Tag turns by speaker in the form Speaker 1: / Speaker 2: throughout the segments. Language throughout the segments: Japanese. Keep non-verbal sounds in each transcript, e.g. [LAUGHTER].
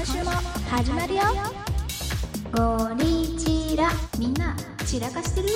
Speaker 1: 始まるよゴリチラみんな散らかしてる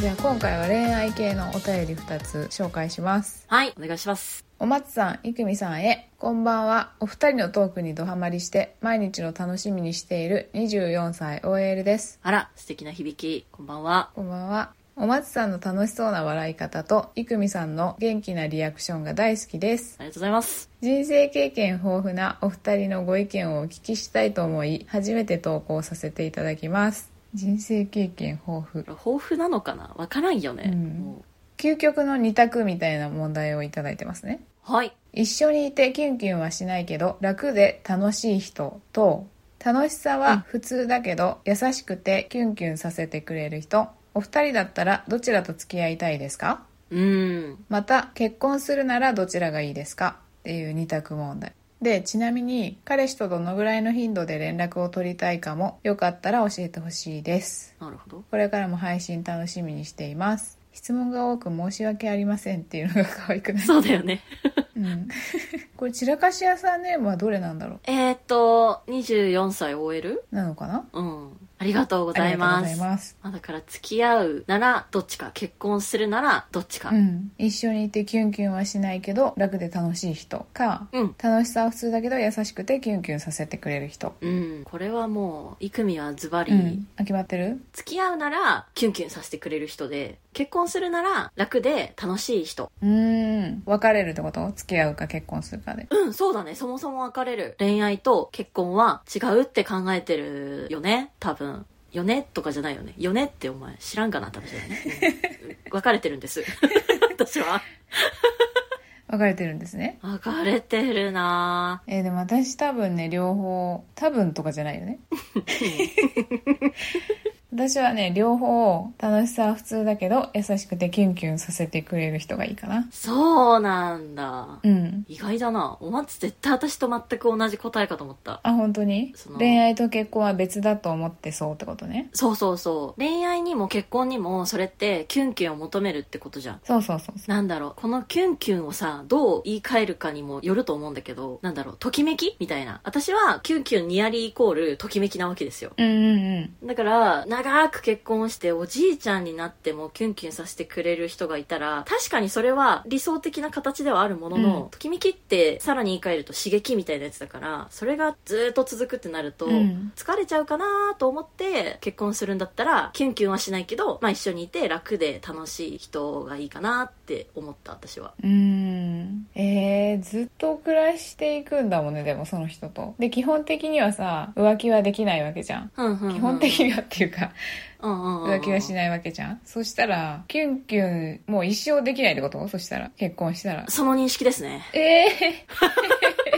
Speaker 2: じゃあ今回は恋愛系のお便り2つ紹介します
Speaker 3: はい、お願いします。
Speaker 2: お松さん、いくみさんへこんばんはお二人のトークにドハマりして毎日の楽しみにしている24歳 OL です
Speaker 3: あら、素敵な響き。こんばんは。
Speaker 2: こんばんは。お松さんの楽しそうな笑い方と、いくみさんの元気なリアクションが大好きです。
Speaker 3: ありがとうございます。
Speaker 2: 人生経験豊富なお二人のご意見をお聞きしたいと思い、初めて投稿させていただきます。人生経験豊富。
Speaker 3: 豊富なのかなわからんよね。
Speaker 2: うん
Speaker 3: も
Speaker 2: 究極の二択みたいな問題をいただいてますね。
Speaker 3: うはい。
Speaker 2: 一緒にいてキュンキュンはしないけど楽で楽しい人と楽しさは普通だけど優しくてキュンキュンさせてくれる人お二人だったらどちらと付き合いたいですか
Speaker 3: うん。
Speaker 2: また結婚するならどちらがいいですかっていう二択問題でちなみに彼氏とどのぐらいの頻度で連絡を取りたいかもよかったら教えてほしいです
Speaker 3: なるほど。
Speaker 2: これからも配信楽しみにしています質問が多く申し訳ありませんっていうのが可愛くない
Speaker 3: そうだよね。 [LAUGHS]
Speaker 2: うんこれ散らかし屋さんネームはどれなんだろ
Speaker 3: えーっと、24歳 OL?
Speaker 2: うなのかな
Speaker 3: うん。ありがとうご
Speaker 2: ご
Speaker 3: ざいま
Speaker 2: ありがとう
Speaker 3: す。
Speaker 2: ございます
Speaker 3: まあだから付き合うならどっちか、結婚するならどっちか。
Speaker 2: うん、一緒にいてキュンキュンはしないけど楽で楽しい人か
Speaker 3: うん。
Speaker 2: 楽しさは普通だけど優しくてキュンキュンさせてくれる人
Speaker 3: うん。これはもう、イクミはズバリ、
Speaker 2: うんあ決まってる
Speaker 3: 付き合うならキュンキュンさせてくれる人で、結婚するなら楽で楽しい人。
Speaker 2: うーん別れるってこと付き合うか結婚するかで
Speaker 3: うん、そうだね。そもそも別れる。恋愛と結婚は違うって考えてるよね。多分。よねとかじゃないよね。よねってお前知らんかな多分それね。うん別れてるんです。 [LAUGHS] 私は。
Speaker 2: 別れてるんですね
Speaker 3: 別れてるな
Speaker 2: えーでも私多分ね両方多分とかじゃないよ [LAUGHS] ね私はね両方楽しさは普通だけど優しくてキュンキュンさせてくれる人がいいかな
Speaker 3: そうなんだ。
Speaker 2: うん
Speaker 3: 意外だな。お松絶対私と全く同じ答えかと思った。
Speaker 2: あ本当に
Speaker 3: その
Speaker 2: 恋愛と結婚は別だと思ってそうってことね
Speaker 3: そうそうそう。恋愛にも結婚にもそれってキュンキュンを求めるってことじゃん。
Speaker 2: そうそうそうそ
Speaker 3: なんだろう、このキュンキュンをさ、どう言い換えるかにもよると思うんだけど、なんだろう、ときめきみたいな。私は、キュンキュンニアリーイコール、ときめきなわけですよ。
Speaker 2: ううんうんうん
Speaker 3: だから、長く結婚して、おじいちゃんになっても、キュンキュンさせてくれる人がいたら、確かにそれは、理想的な形ではあるものの、
Speaker 2: うん
Speaker 3: ときめきって、さらに言い換えると刺激みたいなやつだから、それがずーっと続くってなると、
Speaker 2: うん
Speaker 3: 疲れちゃうかなと思って結婚するんだったらキュンキュンはしないけど、まあ、一緒にいて楽で楽しい人がいいかなって思った私は
Speaker 2: うーんえー、ずっと暮らしていくんだもんねでもその人とで基本的にはさ浮気はできないわけじゃん基
Speaker 3: 基
Speaker 2: 本的にはっていうか浮
Speaker 3: 浮
Speaker 2: 気はし
Speaker 3: ない
Speaker 2: ないわけじゃんそしたらキュンキュンもう一生できないってことそしたら結婚したら
Speaker 3: その認識ですね
Speaker 2: ええー、 [LAUGHS]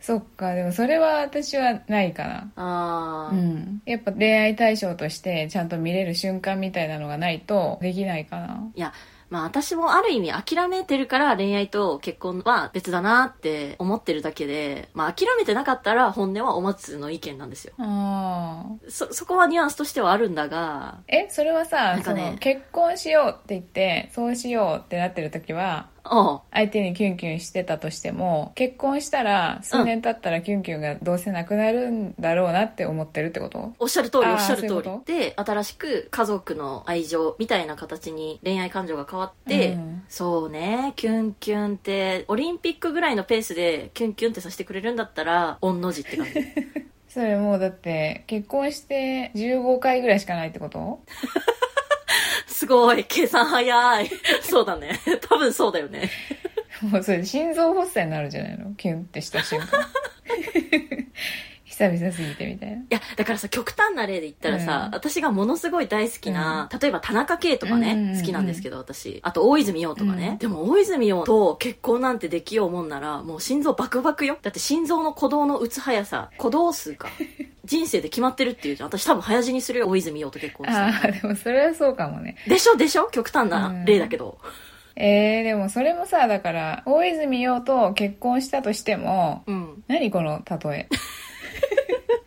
Speaker 2: そっかでもそれは私はないかな
Speaker 3: ああ、
Speaker 2: うん、やっぱ恋愛対象としてちゃんと見れる瞬間みたいなのがないとできないかない
Speaker 3: やまあ私もある意味諦めてるから恋愛と結婚は別だなって思ってるだけで、まあ諦めてなかったら本音はお松の意見なんですよ。
Speaker 2: あー
Speaker 3: そ、そこはニュアンスとしてはあるんだが、
Speaker 2: えそれはさ、
Speaker 3: なん
Speaker 2: そ
Speaker 3: かね
Speaker 2: の結婚しようって言ってそうしようってなってる時は
Speaker 3: おう
Speaker 2: 相手にキュンキュンしてたとしても結婚したら数年経ったらキュンキュンがどうせなくなるんだろうなって思ってるってこと
Speaker 3: おっしゃる通り
Speaker 2: あー
Speaker 3: おっしゃる
Speaker 2: そうい
Speaker 3: 通
Speaker 2: うこ
Speaker 3: り。で、新しく家族の愛情みたいな形に恋愛感情が変わって、
Speaker 2: うん
Speaker 3: そうね、キュンキュンって、オリンピックぐらいのペースでキュンキュンってさせてくれるんだったら、御の字って感じ。
Speaker 2: [LAUGHS] それもうだって結婚して15回ぐらいしかないってこと [LAUGHS]
Speaker 3: すごい、計算早い。そうだね。多分そうだよね。
Speaker 2: もうそれ心臓発作になるんじゃないのキュンってした瞬間 [LAUGHS] 久々すぎてみたいない
Speaker 3: や、だからさ、極端な例で言ったらさ、
Speaker 2: うん
Speaker 3: 私がものすごい大好きな、例えば田中圭とかね、
Speaker 2: うんうんうんうん
Speaker 3: 好きなんですけど、私。あと、大泉洋とかね。
Speaker 2: うん
Speaker 3: でも、大泉洋と結婚なんてできようもんなら、もう心臓バクバクよ。だって心臓の鼓動の打つ速さ、鼓動
Speaker 2: [LAUGHS]
Speaker 3: 数か。人生で決まってるっていうじゃん。私多分早死にするよ、大泉洋と結婚した
Speaker 2: ああ
Speaker 3: ら。
Speaker 2: ーでもそれはそうかもね
Speaker 3: でしょでしょ極端な例だけど。
Speaker 2: えー、でもそれもさだから大泉洋と結婚したとしても
Speaker 3: うん。
Speaker 2: 何この例え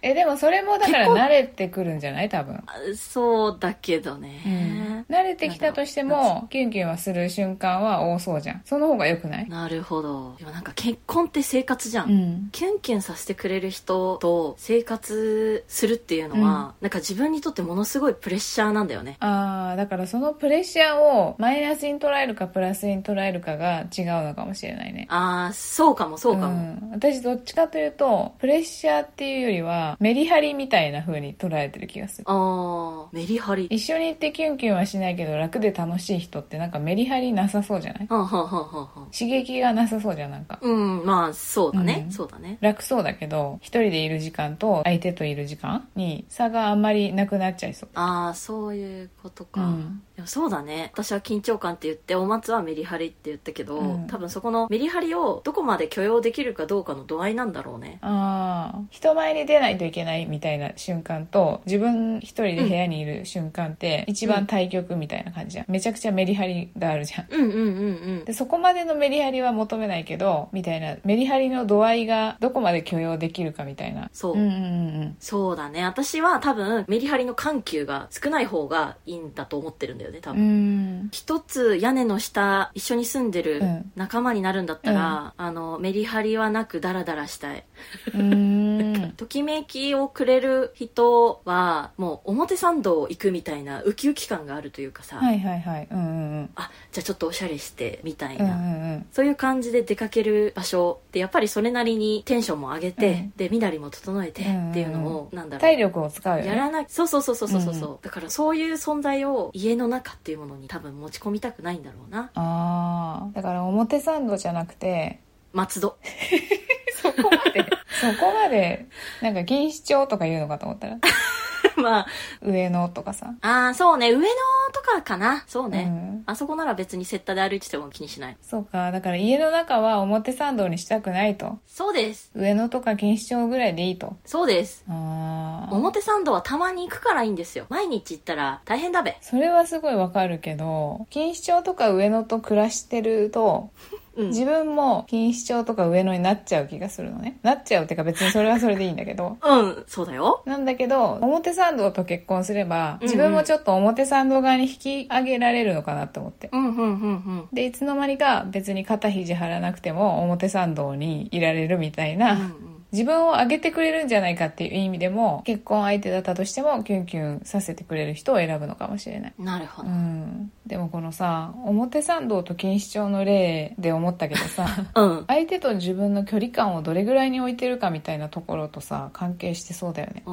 Speaker 2: [LAUGHS] えでもそれもだから慣れてくるんじゃない多分
Speaker 3: あそうだけどね。
Speaker 2: う
Speaker 3: ね
Speaker 2: 慣れてきたとしても、キュンキュンはする瞬間は多そうじゃん。その方が良くない
Speaker 3: なるほどでもなんか結婚って生活じゃん、
Speaker 2: うん。
Speaker 3: キュンキュンさせてくれる人と生活するっていうのは、なんか自分にとってものすごいプレッシャーなんだよね
Speaker 2: ああ、だからそのプレッシャーをマイナスに捉えるかプラスに捉えるかが違うのかもしれないね。
Speaker 3: ああそうかもそうかも、
Speaker 2: ん、私どっちかというと、プレッシャーっていうよりは、メリハリみたいな風に捉えてる気がする。
Speaker 3: ああメリハリ
Speaker 2: 一緒に行ってキュンキュンはしないけど楽で楽しい人ってなんかメリハリなさそうじゃない
Speaker 3: はんはんはんはんはん
Speaker 2: 刺激がなさそうじゃん、なんか。
Speaker 3: うんまあそうだね、
Speaker 2: うん
Speaker 3: そうだね
Speaker 2: 楽そうだけど、一人でいる時間と相手といる時間に差があんまりなくなっちゃいそう。
Speaker 3: ああそういうことか、
Speaker 2: うん
Speaker 3: でもそうだね私は緊張感って言ってお松はメリハリって言ったけど、
Speaker 2: うん
Speaker 3: 多分そこのメリハリをどこまで許容できるかどうかの度合いなんだろうね
Speaker 2: ああ、人前に出ないといけないみたいな瞬間と、自分一人で部屋にいる瞬間って、一番対局みたいな感じじゃん。めちゃくちゃメリハリがあるじゃん。
Speaker 3: うんうんうん
Speaker 2: で、そこまでのメリハリは求めないけど、みたいな、メリハリの度合いがどこまで許容できるかみたいな。
Speaker 3: そう
Speaker 2: うんうんうんうん。
Speaker 3: そうだね私は多分メリハリの緩急が少ない方がいいんだと思ってるんだよね多
Speaker 2: う
Speaker 3: 分、
Speaker 2: ん。
Speaker 3: 一つ屋根の下一緒に住んでる
Speaker 2: うん
Speaker 3: 仲間になるんだったら、あのメリハリはなくダラダラしたい [LAUGHS]
Speaker 2: うん。
Speaker 3: ときめきをくれる人はもう表参道行くみたいなウキウキ感があるというかさ、
Speaker 2: はいはいはい。うんうん
Speaker 3: あじゃあちょっとおしゃれしてみたい
Speaker 2: うん。う
Speaker 3: な、
Speaker 2: んうんうん。
Speaker 3: そういう感じで出かける場所ってやっぱりそれなりにテンションも上げて、
Speaker 2: うん
Speaker 3: で身なりも整えて
Speaker 2: うん
Speaker 3: っていうのを、なんだろう
Speaker 2: 体力を使うよ
Speaker 3: や
Speaker 2: ね。
Speaker 3: らなそうそうそうそうそうそう、
Speaker 2: うん
Speaker 3: だからそういう存在を家の中っていうものに多分持ち込みたくないんだろうな
Speaker 2: ああ。だから表参道じゃなく
Speaker 3: [LAUGHS]
Speaker 2: て、
Speaker 3: 松戸
Speaker 2: そこまで、そこまで、なんか錦糸町とか言うのかと思ったら、
Speaker 3: ま
Speaker 2: 上野とかさ。
Speaker 3: あああそうね上野とかかなそうね、
Speaker 2: うん
Speaker 3: あそこなら別にセッタで歩いてても気にしない
Speaker 2: そうか、だから家の中は表参道にしたくないと。
Speaker 3: そうです
Speaker 2: 上野とか錦糸町ぐらいでいいと。
Speaker 3: そうです
Speaker 2: ああ。
Speaker 3: 表参道はたまに行くからいいんですよ毎日行ったら大変だべ
Speaker 2: それはすごいわかるけど、錦糸町とか上野と暮らしてると、
Speaker 3: うん
Speaker 2: 自分も錦糸町とか上野になっちゃう気がするのね。なっちゃうってか別にそれはそれでいいんだけど。
Speaker 3: うんそうだよ
Speaker 2: なんだけど、表参道と結婚すれば、
Speaker 3: うんうん
Speaker 2: 自分もちょっと表参道側に引き上げられるのかなと思って。
Speaker 3: うんうん
Speaker 2: [LAUGHS]
Speaker 3: うんうん
Speaker 2: で、いつの間にか別に肩肘張らなくても表参道にいられるみたいな、
Speaker 3: うんうん
Speaker 2: 自分を上げてくれるんじゃないかっていう意味でも、結婚相手だったとしても、キュンキュンさせてくれる人を選ぶのかもしれない。
Speaker 3: なるほ
Speaker 2: う
Speaker 3: ど、
Speaker 2: ん。でもこのさ、表参道と錦糸町の例で思ったけど
Speaker 3: [LAUGHS]
Speaker 2: さ、
Speaker 3: うん、
Speaker 2: 相手と自分の距離感をどれぐらいに置いてるかみたいなところとさ、関係してそうだよね。
Speaker 3: お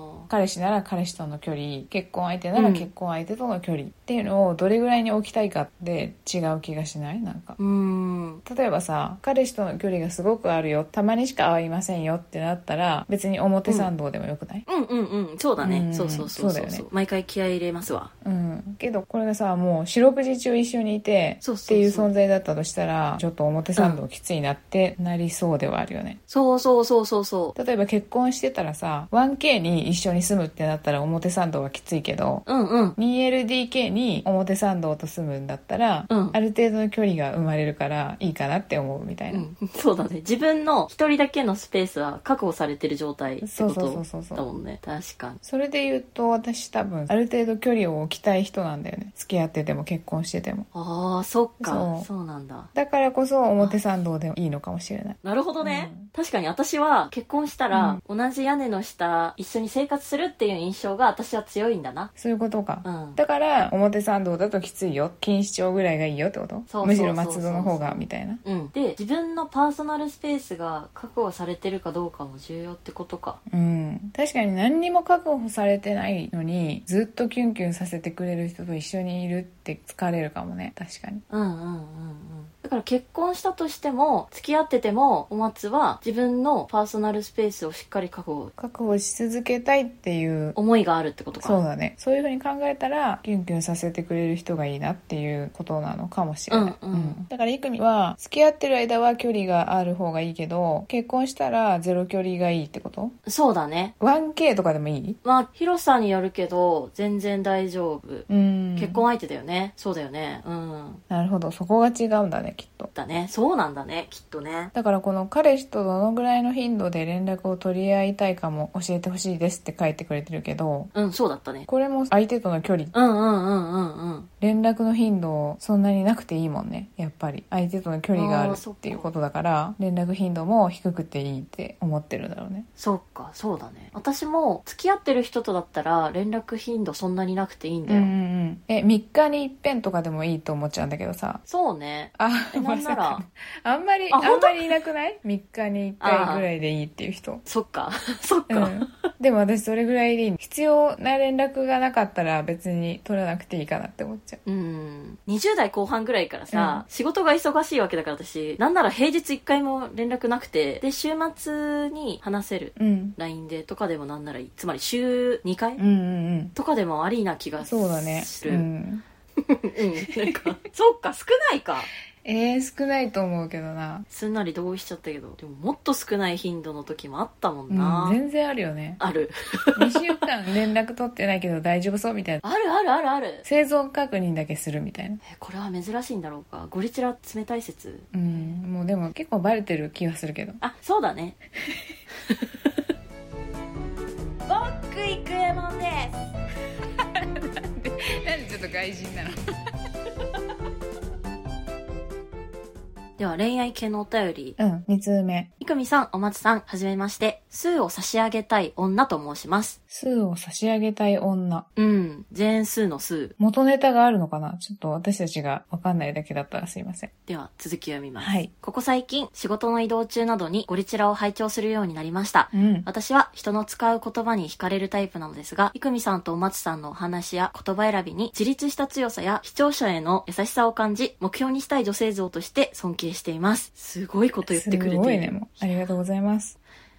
Speaker 3: ー
Speaker 2: 彼氏なら彼氏との距離、結婚相手なら結婚相手との距離っていうのをどれぐらいに置きたいかで違う気がしないなんか。
Speaker 3: うーん
Speaker 2: 例えばさ彼氏との距離がすごくあるよたまにしか会いませんよってなったら別に表参道でもよくない、
Speaker 3: うんうんうんそうだね、
Speaker 2: うん
Speaker 3: そうそうそ
Speaker 2: そう
Speaker 3: うそ
Speaker 2: だ
Speaker 3: う
Speaker 2: よ
Speaker 3: そう、
Speaker 2: ね
Speaker 3: 毎回気合い入れますわ
Speaker 2: うんけどこれがさもう四六時中一緒にいて
Speaker 3: そうそう
Speaker 2: っ
Speaker 3: そう
Speaker 2: ていう存在だったとしたらちょっと表参道きついなってなりそうではあるよね、
Speaker 3: そうそうそうそうそ
Speaker 2: 例えば結婚してたらさ 1K に一緒に住むってなったら表参道はきついけど
Speaker 3: ううんうん
Speaker 2: 2LDK に表参道と住むんだったら、
Speaker 3: うん
Speaker 2: ある程度の距離が生まれるからいいかなって思うみたいな、
Speaker 3: うん、そうだね自分の一人だけのスペースは確保されてる状態って
Speaker 2: そう
Speaker 3: こ
Speaker 2: そうそう
Speaker 3: と
Speaker 2: そうそう
Speaker 3: だもんね確かに
Speaker 2: それで言うと私多分ある程度距離を置きたい人なんだよね付き合ってても結婚してても
Speaker 3: ああそっか
Speaker 2: そ
Speaker 3: そう
Speaker 2: う
Speaker 3: なんだ
Speaker 2: だからこそ表参道でもいいのかもしれない
Speaker 3: なるほどね、
Speaker 2: うん
Speaker 3: 確かに私は結婚したら同じ屋根の下一緒に生活するっていう印象が私は強いんだな
Speaker 2: そういうことか、
Speaker 3: うん
Speaker 2: だから表参道だときついよ錦糸町ぐらいがいいよってこと
Speaker 3: そうそうそうそう
Speaker 2: むしろ松戸の方がみたいな
Speaker 3: うん、で自分のパーソナルスペースが確保されてるかどうかも重要ってことか
Speaker 2: うん確かに何にも確保されてないのにずっとキュンキュンさせてくれる人と一緒にいるって疲れるかもね確かに
Speaker 3: うんうんうんうんだから結婚したとしても付き合っててもお松は自分のパーソナルスペースをしっかり確保
Speaker 2: 確保し続けたいっていう
Speaker 3: 思いがあるってことか
Speaker 2: そうだねそういうふうに考えたらキュンキュンさせてくれる人がいいなっていうことなのかもしれない、
Speaker 3: うんうん
Speaker 2: だからいくみは付き合ってる間は距離がある方がいいけど結婚したらゼロ距離がいいってこと
Speaker 3: そうだね
Speaker 2: 1K とかでもいい
Speaker 3: まあ広さによるけど全然大丈夫、
Speaker 2: うん
Speaker 3: 結婚相手だよねそうだよねうん
Speaker 2: なるほほどそこが違うんだねきっと
Speaker 3: だねそうなんだねきっとね
Speaker 2: だからこの彼氏とどのぐらいの頻度で連絡を取り合いたいかも教えてほしいですって書いてくれてるけど
Speaker 3: うんそうだったね
Speaker 2: これも相手との距離
Speaker 3: うんうんうんうんうん
Speaker 2: 連絡の頻度をそんなになくていいもんねやっぱり相手との距離がある
Speaker 3: あーそっ
Speaker 2: っ
Speaker 3: か
Speaker 2: ていうことだから連絡頻度も低くていいって思ってるんだろうね
Speaker 3: そっかそうだね私も付き合ってる人とだったら連絡頻度そんなになくていいんだよ、
Speaker 2: うんえ3日に一遍とかでもいいと思っちゃうんだけどさ
Speaker 3: そうね
Speaker 2: あ
Speaker 3: えなんなら
Speaker 2: あんまり
Speaker 3: あ
Speaker 2: あ
Speaker 3: 本
Speaker 2: ん
Speaker 3: 当
Speaker 2: まりいなくない3日に1回ぐらいでいいっていう人
Speaker 3: そっか [LAUGHS] そっ
Speaker 2: う
Speaker 3: か、
Speaker 2: ん、でも私それぐらいでいい必要な連絡がなかったら別に取らなくていいかなって思っちゃう
Speaker 3: うん、20代後半ぐらいからさ、仕事が忙しいわけだから私なんなら平日1回も連絡なくてで週末に話せる
Speaker 2: うん、
Speaker 3: LINE でとかでもなんならいいつまり週2回、
Speaker 2: うんうんうん
Speaker 3: とかでもありな気がする
Speaker 2: そうだね、う
Speaker 3: うん
Speaker 2: ん、
Speaker 3: なん
Speaker 2: [LAUGHS]
Speaker 3: かそっか少ないか
Speaker 2: えー、少ないと思うけどな、
Speaker 3: すんなり同意しちゃったけどでももっと少ない頻度の時もあったもんな、
Speaker 2: うん、全然あるよね
Speaker 3: ある
Speaker 2: 2週間連絡取ってないけど大丈夫そうみたいな
Speaker 3: あるあるあるある
Speaker 2: 生存確認だけするみたいな
Speaker 3: えこれは珍しいんだろうかゴリチラ冷たい説
Speaker 2: うんもうでも結構バレてる気がするけど
Speaker 3: あそうだね [LAUGHS] 僕イクエモンです
Speaker 2: なんでちょっと外人なの
Speaker 3: では恋愛系のお便り
Speaker 2: うん2通目
Speaker 3: いくみさんおまつさんはじめましてスーを差し上げたい女と申します
Speaker 2: スーを差し上げたい女
Speaker 3: うん全数の数
Speaker 2: 元ネタがあるのかなちょっと私たちが分かんないだけだったらすいません
Speaker 3: では続きを読みます、
Speaker 2: はい
Speaker 3: ここ最近仕事の移動中などにゴリチラを拝聴するようになりました
Speaker 2: うん
Speaker 3: 私は人の使う言葉に惹かれるタイプなのですが、いくみさんとお松さんのお話や言葉選びに自立した強さや視聴者への優しさを感じ、目標にしたい女性像として尊敬しています。すごいこと言ってくれている
Speaker 2: すごいねもうありがとうございます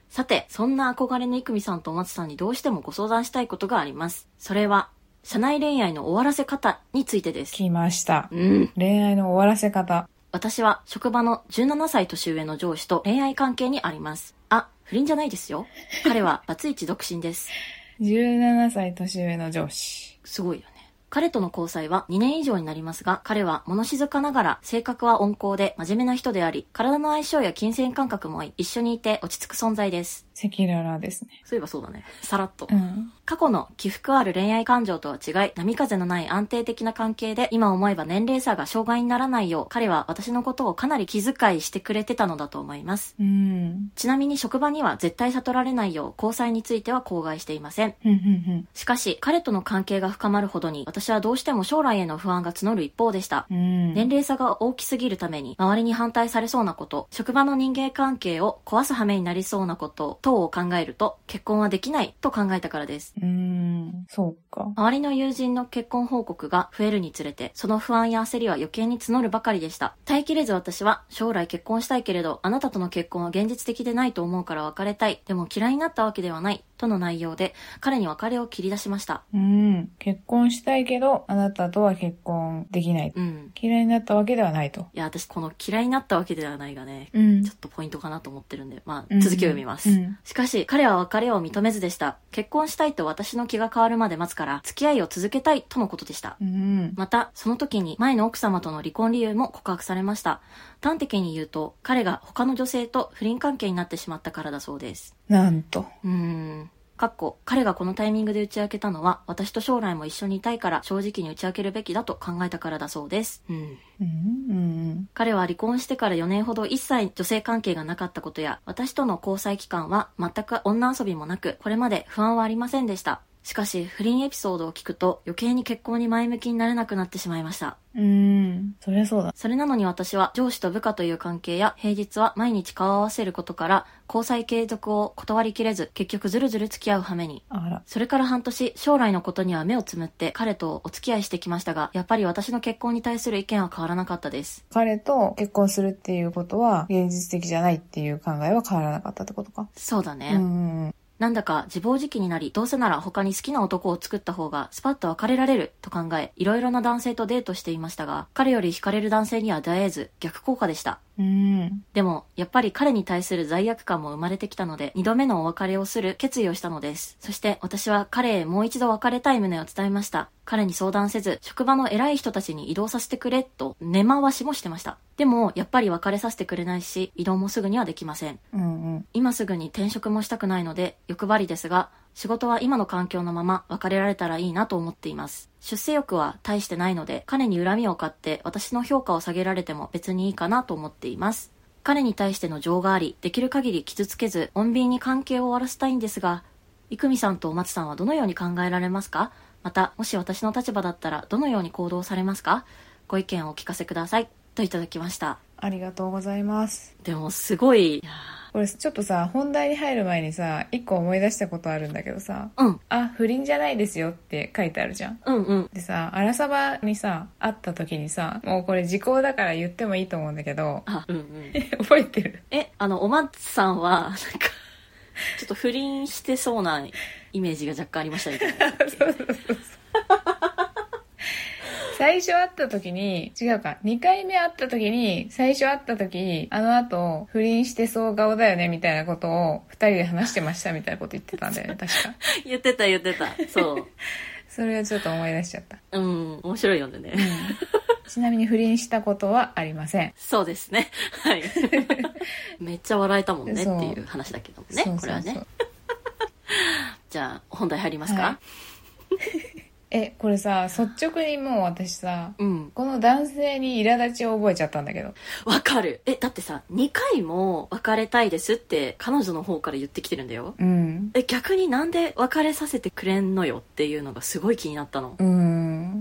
Speaker 3: さて、そんな憧れのいくみさんとお松さんにどうしてもご相談したいことがあります。それは、社内恋愛の終わらせ方についてです。
Speaker 2: 来ました
Speaker 3: うん。
Speaker 2: 恋愛の終わらせ方
Speaker 3: 私は職場の17歳年上の上司と恋愛関係にあります。あ、不倫じゃないですよ。彼はバツイチ独身です。
Speaker 2: 17歳年上の上司
Speaker 3: すごいよね。彼との交際は2年以上になりますが、彼は物静かながら性格は温厚で真面目な人であり、体の相性や金銭感覚も合い、一緒にいて落ち着く存在です。
Speaker 2: 赤裸々ですね
Speaker 3: そういえばそうだね。さらっと
Speaker 2: う。ん
Speaker 3: 過去の起伏ある恋愛感情とは違い、波風のない安定的な関係で、今思えば年齢差が障害にならないよう、彼は私のことをかなり気遣いしてくれてたのだと思います。
Speaker 2: うん
Speaker 3: ちなみに職場には絶対悟られないよう、交際については口外していません。
Speaker 2: ふんふんふん
Speaker 3: しかし、彼との関係が深まるほどに、私はどうしても将来への不安が募る一方でした。
Speaker 2: うん
Speaker 3: 年齢差が大きすぎるために、周りに反対されそうなこと、職場の人間関係を壊す羽目になりそうなこと等を考えると、結婚はできないと考えたからです。
Speaker 2: うんそうか
Speaker 3: 周りの友人の結婚報告が増えるにつれて、その不安や焦りは余計に募るばかりでした。耐えきれず私は、将来結婚したいけれど、あなたとの結婚は現実的でないと思うから別れたい。でも嫌いになったわけではない。との内容で、彼に別れを切り出しました。
Speaker 2: うん結婚したいけどあなたとは結婚できない
Speaker 3: うん。
Speaker 2: 嫌いになったわけではないと
Speaker 3: いや、私、この嫌いになったわけではないがね、
Speaker 2: うん
Speaker 3: ちょっとポイントかなと思ってるんで、まあ、続きを読みます。
Speaker 2: うん
Speaker 3: しかし、彼は別れを認めずでした。結婚したいと私の気が変わるまで待つから、付き合いを続けたいとのことでした。
Speaker 2: うん
Speaker 3: また、その時に前の奥様との離婚理由も告白されました。端的に言うと、彼が他の女性と不倫関係になってしまったからだそうです。
Speaker 2: なんと
Speaker 3: うーん。かっこ、彼がこのタイミングで打ち明けたのは、私と将来も一緒にいたいから正直に打ち明けるべきだと考えたからだそうです。うん。
Speaker 2: うんうん
Speaker 3: 彼は離婚してから4年ほど一切女性関係がなかったことや、私との交際期間は全く女遊びもなく、これまで不安はありませんでした。しかし、不倫エピソードを聞くと、余計に結婚に前向きになれなくなってしまいました。
Speaker 2: うんそりゃそうだ
Speaker 3: それなのに私は上司と部下という関係や平日は毎日顔を合わせることから交際継続を断りきれず結局ずるずる付き合う羽目に。
Speaker 2: あら
Speaker 3: それから半年、将来のことには目をつむって彼とお付き合いしてきましたが、やっぱり私の結婚に対する意見は変わらなかったです。
Speaker 2: 彼と結婚するっていうことは現実的じゃないっていう考えは変わらなかったってことか
Speaker 3: そうだ
Speaker 2: う
Speaker 3: ね。
Speaker 2: んうん
Speaker 3: なんだか自暴自棄になり、どうせなら他に好きな男を作った方がスパッと別れられると考え、いろいろな男性とデートしていましたが、彼より惹かれる男性には出会えず、逆効果でした。
Speaker 2: うん。
Speaker 3: でも、やっぱり彼に対する罪悪感も生まれてきたので、二度目のお別れをする決意をしたのです。そして、私は彼へもう一度別れたい旨を伝えました。彼に相談せず、職場の偉い人たちに移動させてくれ、と、根回しもしてました。でも、やっぱり別れさせてくれないし、移動もすぐにはできません。
Speaker 2: うんうん。
Speaker 3: 今すぐに転職もしたくないので欲張りですが仕事は今の環境のまま別れられたらいいなと思っています出世欲は大してないので彼に恨みを買って私の評価を下げられても別にいいかなと思っています彼に対しての情がありできる限り傷つけず穏便に関係を終わらせたいんですが生美さんとお松さんはどのように考えられますかまたもし私の立場だったらどのように行動されますかご意見をお聞かせくださいといただきました
Speaker 2: ありがとうございます。
Speaker 3: でもすごいいや
Speaker 2: これちょっとさ、本題に入る前にさ、一個思い出したことあるんだけどさ、
Speaker 3: ーうん
Speaker 2: あ、不倫じゃないですよって書いてあるじゃん。
Speaker 3: うんうん
Speaker 2: でさ、あらさばにさ、会った時にさ、もうこれ時効だから言ってもいいと思うんだけど、 [LAUGHS]
Speaker 3: あうんうん
Speaker 2: 覚えてる
Speaker 3: え、あの、お松さんは、なんか、ちょっと不倫してそうなイメージが若干ありましたみたいな。
Speaker 2: [LAUGHS] 最初会った時に、違うか、2回目会った時に、最初会った時に、あの後、不倫してそう顔だよね、みたいなことを、2人で話してました、みたいなこと言ってたんだよね、確か。
Speaker 3: [LAUGHS] 言ってた言ってた。そ
Speaker 2: それをちょっと思い出しちゃった。
Speaker 3: う。うん、面白いよね。
Speaker 2: ちなみに不倫したことはありません。
Speaker 3: そうですね。 [LAUGHS] はい。めっちゃ笑えたもんねって
Speaker 2: そう
Speaker 3: いう話だけどもね、これはね。じゃあ、本題入りますか、
Speaker 2: はえ、これさ、率直にもう私さ、
Speaker 3: うん。
Speaker 2: この男性に苛立ちを覚えちゃったんだけど。
Speaker 3: わかる。え、だってさ、2回も別れたいですって彼女の方から言ってきてるんだよ。
Speaker 2: うん。
Speaker 3: え、逆になんで別れさせてくれんのよっていうのがすごい気になったの。
Speaker 2: うん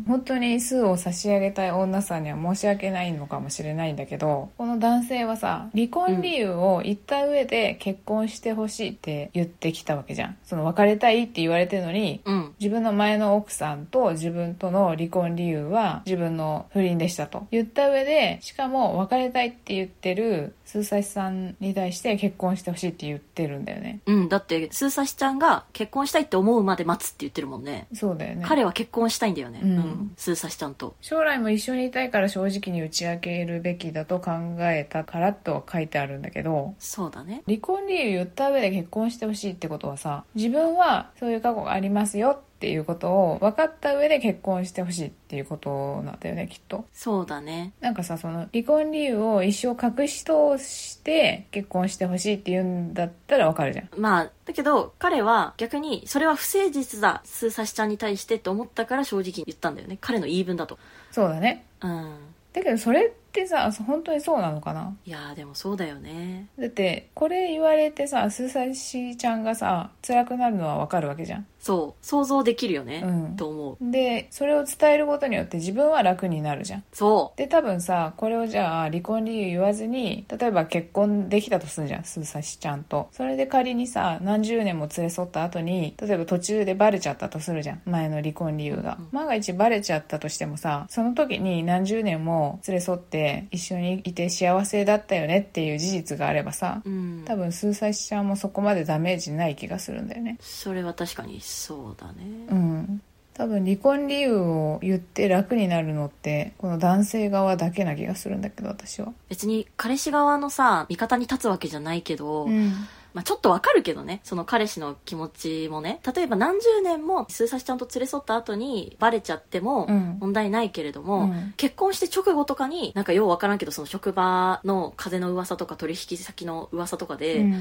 Speaker 2: 本当に数を差し上げたい女さんには申し訳ないのかもしれないんだけどこの男性はさ離婚理由を言った上で結婚してほしいって言ってきたわけじゃんその別れたいって言われてるのに
Speaker 3: うん。
Speaker 2: 自分の前の奥さんと自分との離婚理由は自分の不倫でしたと言った上でしかも別れたいって言ってる数歳さんに対して結婚してほしいって言ってるんだよね
Speaker 3: うん、だって、スーサシちゃんが結婚したいって思うまで待つって言ってるもんね。
Speaker 2: そうだよね
Speaker 3: 彼は結婚したいんだよね。う、
Speaker 2: うんん
Speaker 3: スーサシちゃんと。
Speaker 2: 将来も一緒にいたいから正直に打ち明けるべきだと考えたからとは書いてあるんだけど
Speaker 3: そうだね。
Speaker 2: 離婚理由言った上で結婚してほしいってことはさ自分はそういう過去がありますよっていうことを分かった上で結婚してほしいっていうことなんだよねきっと
Speaker 3: そうだね。
Speaker 2: なんかさその離婚理由を一生隠し通して結婚してほしいって言うんだったら分かるじゃん
Speaker 3: まあ、だけど、彼は逆に、それは不誠実だ、スーサシちゃんに対してって思ったから正直に言ったんだよね。彼の言い分だと。
Speaker 2: そうだね
Speaker 3: うん。
Speaker 2: だけどそれってさ本当にそうなのかない
Speaker 3: やーでもそうだよね。
Speaker 2: だってこれ言われてさスーサシちゃんがさ辛くなるのはわかるわけじゃん
Speaker 3: そう。想像できるよね。
Speaker 2: うん
Speaker 3: と思う。
Speaker 2: でそれを伝えることによって自分は楽になるじゃん
Speaker 3: そ
Speaker 2: で多分さこれをじゃあ離婚理由言わずに例えば結婚できたとするじゃんスーサシちゃんとそれで仮にさ何十年も連れ添った後に例えば途中でバレちゃったとするじゃん前の離婚理由が、
Speaker 3: うん
Speaker 2: 万が一バレちゃったとしてもさその時に何十年も連れ添って一緒にいて幸せだったよねっていう事実があればさ
Speaker 3: う。うん。
Speaker 2: 多分スーサシちゃんもそこまでダメージない気がするんだよね
Speaker 3: それは確かにそうだね。
Speaker 2: うん多分離婚理由を言って楽になるのってこの男性側だけな気がするんだけど私は
Speaker 3: 別に、彼氏側のさ、味方に立つわけじゃないけど、
Speaker 2: うん
Speaker 3: まあ、ちょっとわかるけどね、その彼氏の気持ちもね、例えば何十年もスーサシちゃんと連れ添った後にバレちゃっても
Speaker 2: うん
Speaker 3: 問題ないけれど
Speaker 2: う
Speaker 3: も、
Speaker 2: ん
Speaker 3: 結婚して直後とかに、なんかようわからんけど、その職場の風の噂とか取引先の噂とかで、
Speaker 2: うん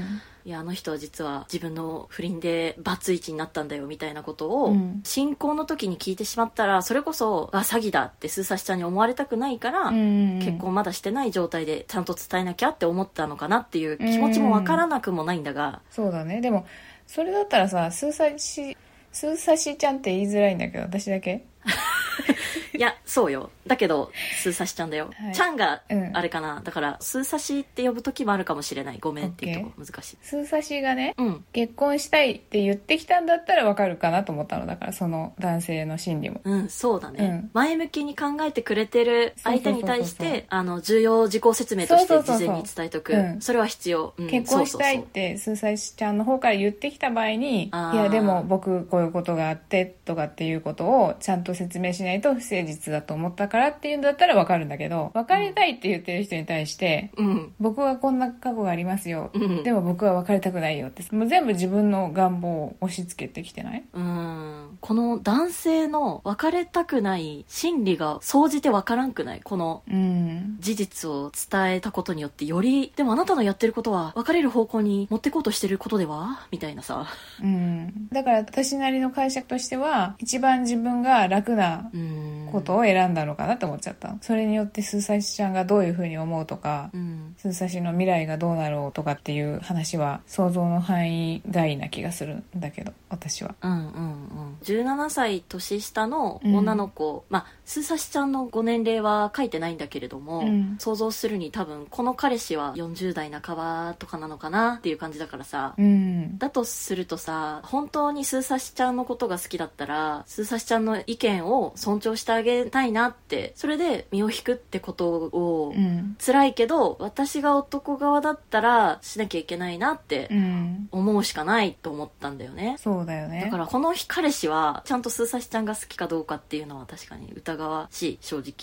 Speaker 3: いや、あの人は実は自分の不倫でバツイチになったんだよみたいなことを、
Speaker 2: うん
Speaker 3: 進行の時に聞いてしまったら、それこそ、あ、詐欺だってスーサシちゃんに思われたくないから、
Speaker 2: うん
Speaker 3: 結婚まだしてない状態でちゃんと伝えなきゃって思ったのかなっていう気持ちもわからなくもないんだが、
Speaker 2: そうだねでもそれだったらさスーサシスーサシちゃんって言いづらいんだけど私だけ
Speaker 3: [LAUGHS] いや、そうよ。だけど、スーサシちゃんだよ。
Speaker 2: はい
Speaker 3: ちゃんが
Speaker 2: うん、
Speaker 3: あれかな。だから、スーサシって呼ぶ時もあるかもしれない。ごめんっていうとこ、難しい。
Speaker 2: スーサシがね
Speaker 3: うん。
Speaker 2: 結婚したいって言ってきたんだったらわかるかなと思ったのだからその男性の心理も
Speaker 3: うん、そうだね、
Speaker 2: うん
Speaker 3: 前向きに考えてくれてる相手に対し
Speaker 2: そうそうそうそ
Speaker 3: て、あの、重要事項説明として
Speaker 2: そうそうそうそう
Speaker 3: 事前に伝えとく。
Speaker 2: うん
Speaker 3: それは必要。うん、
Speaker 2: 結婚したい
Speaker 3: そ
Speaker 2: っ
Speaker 3: うそう
Speaker 2: てスーサシちゃんの方から言ってきた場合に「い
Speaker 3: あー
Speaker 2: やでも僕こういうことがあって」とかっていうことをちゃんと説明しないと不誠実だと思ったからっていうんだったらわかるんだけど、別れたいって言ってる人に対して、
Speaker 3: うん。
Speaker 2: 僕はこんな過去がありますよ。
Speaker 3: うん。
Speaker 2: でも僕は別れたくないよって、もう全部自分の願望を押し付けてきてない
Speaker 3: うんこの男性の別れたくない心理が総じてわからんくないこの
Speaker 2: うん。
Speaker 3: 事実を伝えたことによってよりでもあなたのやってることは別れる方向に持ってこうとしてることではみたいなさ
Speaker 2: うん。だから私なりの解釈としては、一番自分が楽な
Speaker 3: うん
Speaker 2: ことを選んだのかなと思っちゃった。それによってスーサシちゃんがどういうふうに思うとか、
Speaker 3: うん
Speaker 2: スーサシの未来がどうなろうとかっていう話は想像の範囲外な気がするんだけど、私は。
Speaker 3: うんうんうん17歳年下の女の子、まあスーサシちゃんのご年齢は書いてないんだけれども、
Speaker 2: うん
Speaker 3: 想像するに多分この彼氏は40代半ばとかなのかなっていう感じだからさ、
Speaker 2: うん。
Speaker 3: だとするとさ本当にスーサシちゃんのことが好きだったらスーサシちゃんの意見を尊重してあげたいなってそれで身を引くってことを、
Speaker 2: うん。
Speaker 3: 辛いけど私が男側だったらしなきゃいけないなって
Speaker 2: うん。
Speaker 3: 思うしかないと思ったんだよね、
Speaker 2: そうだよね。
Speaker 3: だからこの日彼氏はちゃんとスーサシちゃんが好きかどうかっていうのは確かに疑わしい正直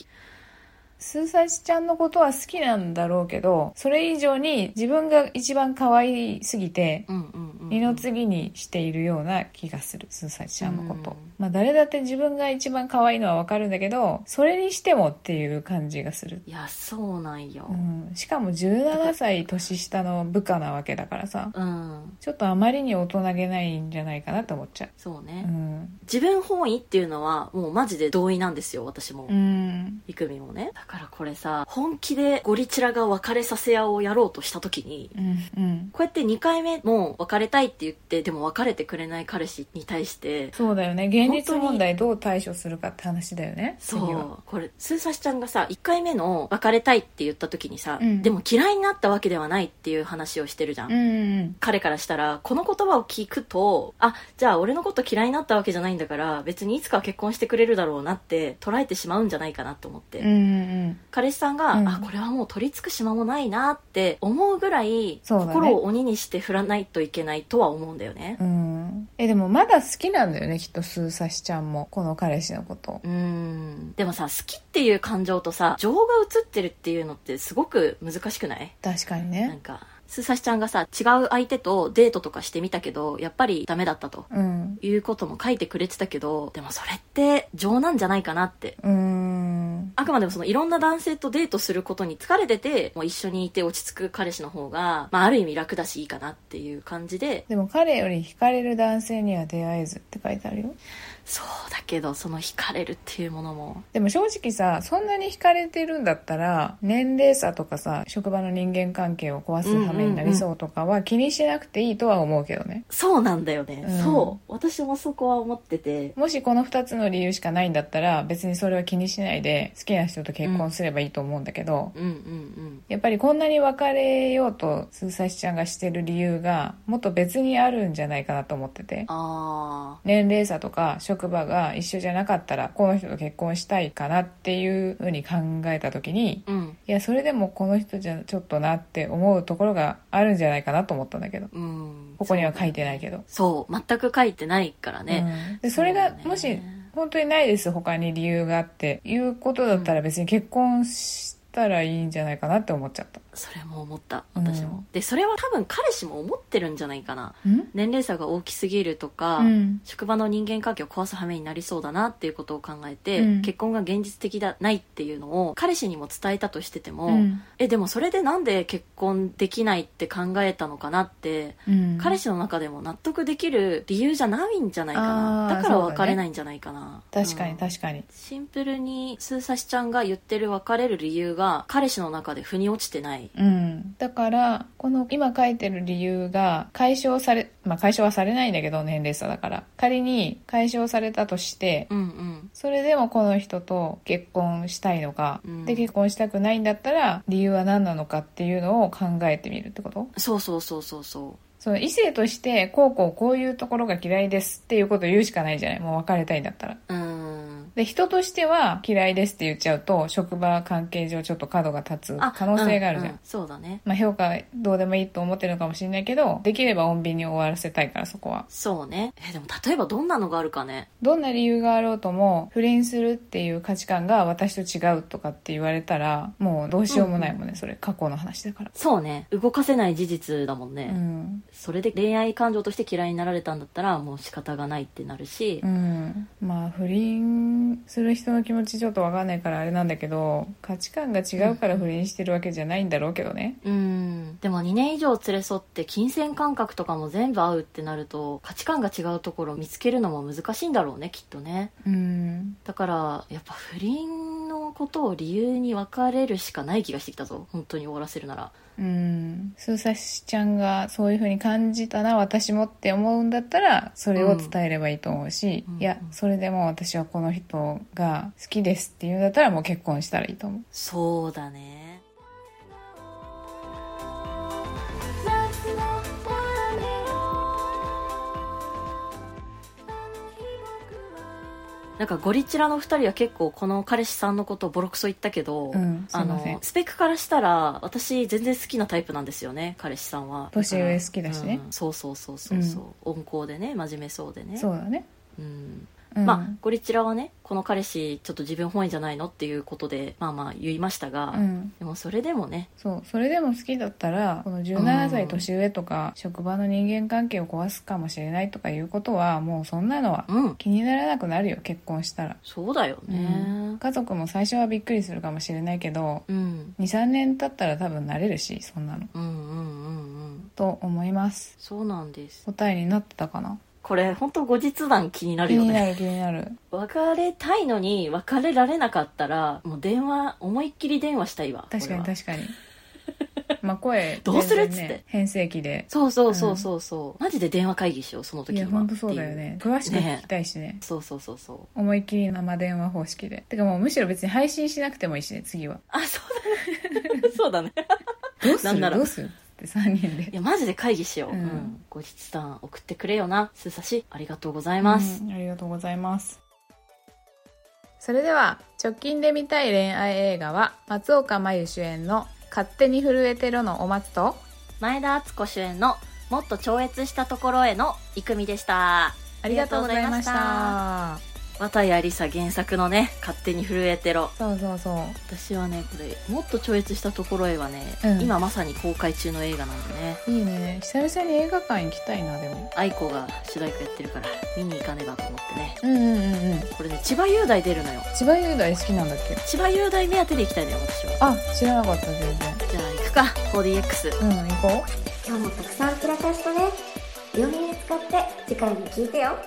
Speaker 2: スーサシちゃんのことは好きなんだろうけど、それ以上に自分が一番可愛すぎて、
Speaker 3: うんうんうん
Speaker 2: 二の次にしているような気がする、スーサシちゃんのこと。
Speaker 3: うん
Speaker 2: まあ誰だって自分が一番可愛いのはわかるんだけど、それにしてもっていう感じがする。
Speaker 3: いやそうなんよ
Speaker 2: うん、しかも17歳年下の部下なわけだからさ、
Speaker 3: うん
Speaker 2: ちょっとあまりに大人げないんじゃないかなと思っちゃ
Speaker 3: そう
Speaker 2: う。
Speaker 3: ね
Speaker 2: う、ん。
Speaker 3: 自分本位っていうのはもうマジで同意なんですよ私も、
Speaker 2: うん。
Speaker 3: イクミもねだからこれさ本気でゴリチラが別れさせ屋をやろうとした時に
Speaker 2: うん。うん。
Speaker 3: こうやって2回目も別れたいって言ってでも別れてくれない彼氏に対して
Speaker 2: そうだよね。現実問題どう対処するかって話だよね。次は
Speaker 3: そうこれスーサシちゃんがさ1回目の別れたいって言った時にさ、
Speaker 2: うん
Speaker 3: でも嫌いになったわけではないっていう話をしてるじゃん、
Speaker 2: うんうん
Speaker 3: 彼からしたらこの言葉を聞くとあじゃあ俺のこと嫌いになったわけじゃないんだから別にいつかは結婚してくれるだろうなって捉えてしまうんじゃないかなと思って、
Speaker 2: うんうんうん
Speaker 3: 彼氏さんが、
Speaker 2: うん
Speaker 3: あこれはもう取り付く島もないなって思うぐらい、
Speaker 2: そうだね
Speaker 3: 心を鬼にして振らないといけないとは思うんだよね
Speaker 2: うんえでもまだ好きなんだよねきっとスーサシちゃんもこの彼氏のこと
Speaker 3: うーんでもさ好きっていう感情とさ情が映ってるっていうのってすごく難しくない
Speaker 2: 確かに
Speaker 3: なん
Speaker 2: ね
Speaker 3: かスーサシちゃんがさ違う相手とデートとかしてみたけどやっぱりダメだったと
Speaker 2: うん
Speaker 3: いうことも書いてくれてたけどでもそれって情なんじゃないかなって
Speaker 2: うーん
Speaker 3: あくまでもそのいろんな男性とデートすることに疲れててもう一緒にいて落ち着く彼氏の方が、まあ、ある意味楽だしいいかなっていう感じで
Speaker 2: でも彼より惹かれる男性には出会えずって書いてあるよ
Speaker 3: そうだけどその惹かれるっていうものも
Speaker 2: でも正直さそんなに惹かれてるんだったら年齢差とかさ職場の人間関係を壊すためになりそうとかは気にしなくていいとは思うけどね
Speaker 3: そうなんだよね、
Speaker 2: うん
Speaker 3: そう私もそこは思ってて
Speaker 2: もしこの2つの理由しかないんだったら別にそれは気にしないで好きな人と結婚すればいいと思うんだけど、
Speaker 3: うんうんうん
Speaker 2: やっぱりこんなに別れようとスーサシちゃんがしてる理由がもっと別にあるんじゃないかなと思ってて
Speaker 3: あ
Speaker 2: 年齢差とか職場が一緒じゃなかったらこの人と結婚したいかなっていうふうに考えた時に
Speaker 3: あうん
Speaker 2: いやそれでもこの人じゃちょっとなって思うところがあるんじゃないかなと思ったんだけど
Speaker 3: うん
Speaker 2: ここには書いてないけど
Speaker 3: そう全く書いてないからね、
Speaker 2: うんでそれが
Speaker 3: そうだね
Speaker 2: もし本当にないです他に理由があっていうことだったら別に結婚したらいいんじゃないかなって思っちゃった
Speaker 3: それも思った
Speaker 2: うん
Speaker 3: 私も、でそれは多分彼氏も思ってるんじゃないかな年齢差が大きすぎるとか、
Speaker 2: うん
Speaker 3: 職場の人間関係を壊す羽目になりそうだなっていうことを考えて、
Speaker 2: うん
Speaker 3: 結婚が現実的だないっていうのを彼氏にも伝えたとしてても、
Speaker 2: うん
Speaker 3: えでもそれでなんで結婚できないって考えたのかなって、
Speaker 2: うん
Speaker 3: 彼氏の中でも納得できる理由じゃないんじゃないかな
Speaker 2: あー
Speaker 3: だから
Speaker 2: そうだね
Speaker 3: 別れないんじゃないかな、
Speaker 2: 確かに
Speaker 3: うん
Speaker 2: 確かに
Speaker 3: シンプルにスーサシちゃんが言ってる別れる理由が彼氏の中で腑に落ちてない
Speaker 2: うん、だからこの今書いてる理由が解消され、まあ、解消はされないんだけど年齢差だから仮に解消されたとして
Speaker 3: うんうん
Speaker 2: それでもこの人と結婚したいのか、
Speaker 3: うん
Speaker 2: で結婚したくないんだったら理由は何なのかっていうのを考えてみるってこと
Speaker 3: そうそうそうそうそう
Speaker 2: その異性としてこうこうこういうところが嫌いですっていうことを言うしかないじゃないもう別れたいんだったら
Speaker 3: うーん
Speaker 2: でで、人としては嫌いですって言っちゃうと、職場関係上ちょっと角が立つ可能性があるじゃん。
Speaker 3: ううそうだね
Speaker 2: まあ評価どうでもいいと思ってるのかもしれないけど、できれば穏便に終わらせたいからそこは。
Speaker 3: そうねえでも例えばどんなのがあるかね
Speaker 2: どんな理由があろうとも、不倫するっていう価値観が私と違うとかって言われたら、もうどうしようもないもんね、それ。過去の話だから。
Speaker 3: そうね動かせない事実だもんね、
Speaker 2: うん。
Speaker 3: それで恋愛感情として嫌いになられたんだったらもう仕方がないってなるし、
Speaker 2: うん。まあ、不倫する人の気持ちちょっとわかんないからあれなんだけど、価値観が違うから不倫してるわけじゃないんだろうけどね。
Speaker 3: うんでも2年以上連れ添って金銭感覚とかも全部合うってなると価値観が違うところを見つけるのも難しいんだろうねきっとね
Speaker 2: うん。
Speaker 3: だからやっぱ不倫のことを理由に別れるしかない気がしてきたぞ本当に終わらせるなら
Speaker 2: うん。スーサシちゃんがそういう風に感じたな、私もって思うんだったら、それを伝えればいいと思うし、
Speaker 3: うん
Speaker 2: いや、それでも私はこの人が好きですっていうんだったら、もう結婚したらいいと思う。
Speaker 3: そうだね
Speaker 1: 夏の種
Speaker 3: なんかゴリチラの2人は結構この彼氏さんのことをボロクソ言ったけど、
Speaker 2: うん、すい
Speaker 3: あ
Speaker 2: ません
Speaker 3: の。スペックからしたら私全然好きなタイプなんですよね彼氏さんは
Speaker 2: 年上好きだしね
Speaker 3: うんそうそうそうそうそう、温厚でね真面目そうでね
Speaker 2: そうだね。
Speaker 3: うん
Speaker 2: うん、
Speaker 3: まあゴリチラはねこの彼氏ちょっと自分本位じゃないのっていうことでまあまあ言いましたが、
Speaker 2: うん。
Speaker 3: でもそれでもね
Speaker 2: そう。それでも好きだったら、この17歳年上とか、職場の人間関係を壊すかもしれないとかいうことは、もうそんなのは
Speaker 3: うん
Speaker 2: 気にならなくなるよ、結婚したら。
Speaker 3: そうだよね
Speaker 2: 家族も最初はびっくりするかもしれないけど、
Speaker 3: うん、
Speaker 2: 2、3年経ったら多分慣れるし、そんなの。
Speaker 3: うん、うんうんうん
Speaker 2: と思います。
Speaker 3: そうなんです
Speaker 2: 答えになってたかな
Speaker 3: これ本当後日談気になる
Speaker 2: 気
Speaker 3: よ
Speaker 2: に
Speaker 3: ね
Speaker 2: なる気になる。
Speaker 3: 別れたいのに別れられなかったらもう電話思いっきり電話したいわ
Speaker 2: 確かに
Speaker 3: これは
Speaker 2: 確かに。まあ声、
Speaker 3: どうするっつ
Speaker 2: 全然
Speaker 3: って
Speaker 2: ね変声期で。
Speaker 3: そうそうそうそうそう、マジで電話会議しようその時
Speaker 2: い
Speaker 3: には
Speaker 2: や、ほんとそうだよ
Speaker 3: ってい
Speaker 2: ね。詳しく聞きたいしね
Speaker 3: うそうそうそうそう
Speaker 2: 思いっきり生電話方式でてかもうむしろ別に配信しなくてもいいしね [LAUGHS] 次は
Speaker 3: あそ
Speaker 2: [LAUGHS]
Speaker 3: うだねそうだね
Speaker 2: どうす
Speaker 3: な
Speaker 2: る
Speaker 3: んなら
Speaker 2: どうするって3人
Speaker 3: い
Speaker 2: で
Speaker 3: やマジで会議しよう、
Speaker 2: う
Speaker 3: うんん後日談送ってくれよなすーさしありがとうございます、
Speaker 2: うんありがとうございますそれでは直近で見たい恋愛映画は松岡真優主演の「勝手に震えてろ」のお松と
Speaker 3: 前田敦子主演のもっと超越したところへのイクミでした
Speaker 2: ありがとうございました
Speaker 3: ありが綿谷りさ原作のね勝手に震えてろ
Speaker 2: そうそうそう
Speaker 3: 私はねこれもっと超越したところへはね、
Speaker 2: うん
Speaker 3: 今まさに公開中の映画なんでね
Speaker 2: いいね久々に映画館行きたいなでも
Speaker 3: 愛子が主題歌やってるから見に行かねばと思ってね
Speaker 2: うんうんうんうん
Speaker 3: これね千葉雄大出るのよ
Speaker 2: 千葉雄大好きなんだっけ
Speaker 3: 千葉雄大目当てで行きたいのよ私は
Speaker 2: あ知らなかった全然
Speaker 3: じゃあ行くか 4DX
Speaker 2: うん行こう
Speaker 1: 今日もたくさん散らかしたね両耳使って次回も聞いてよ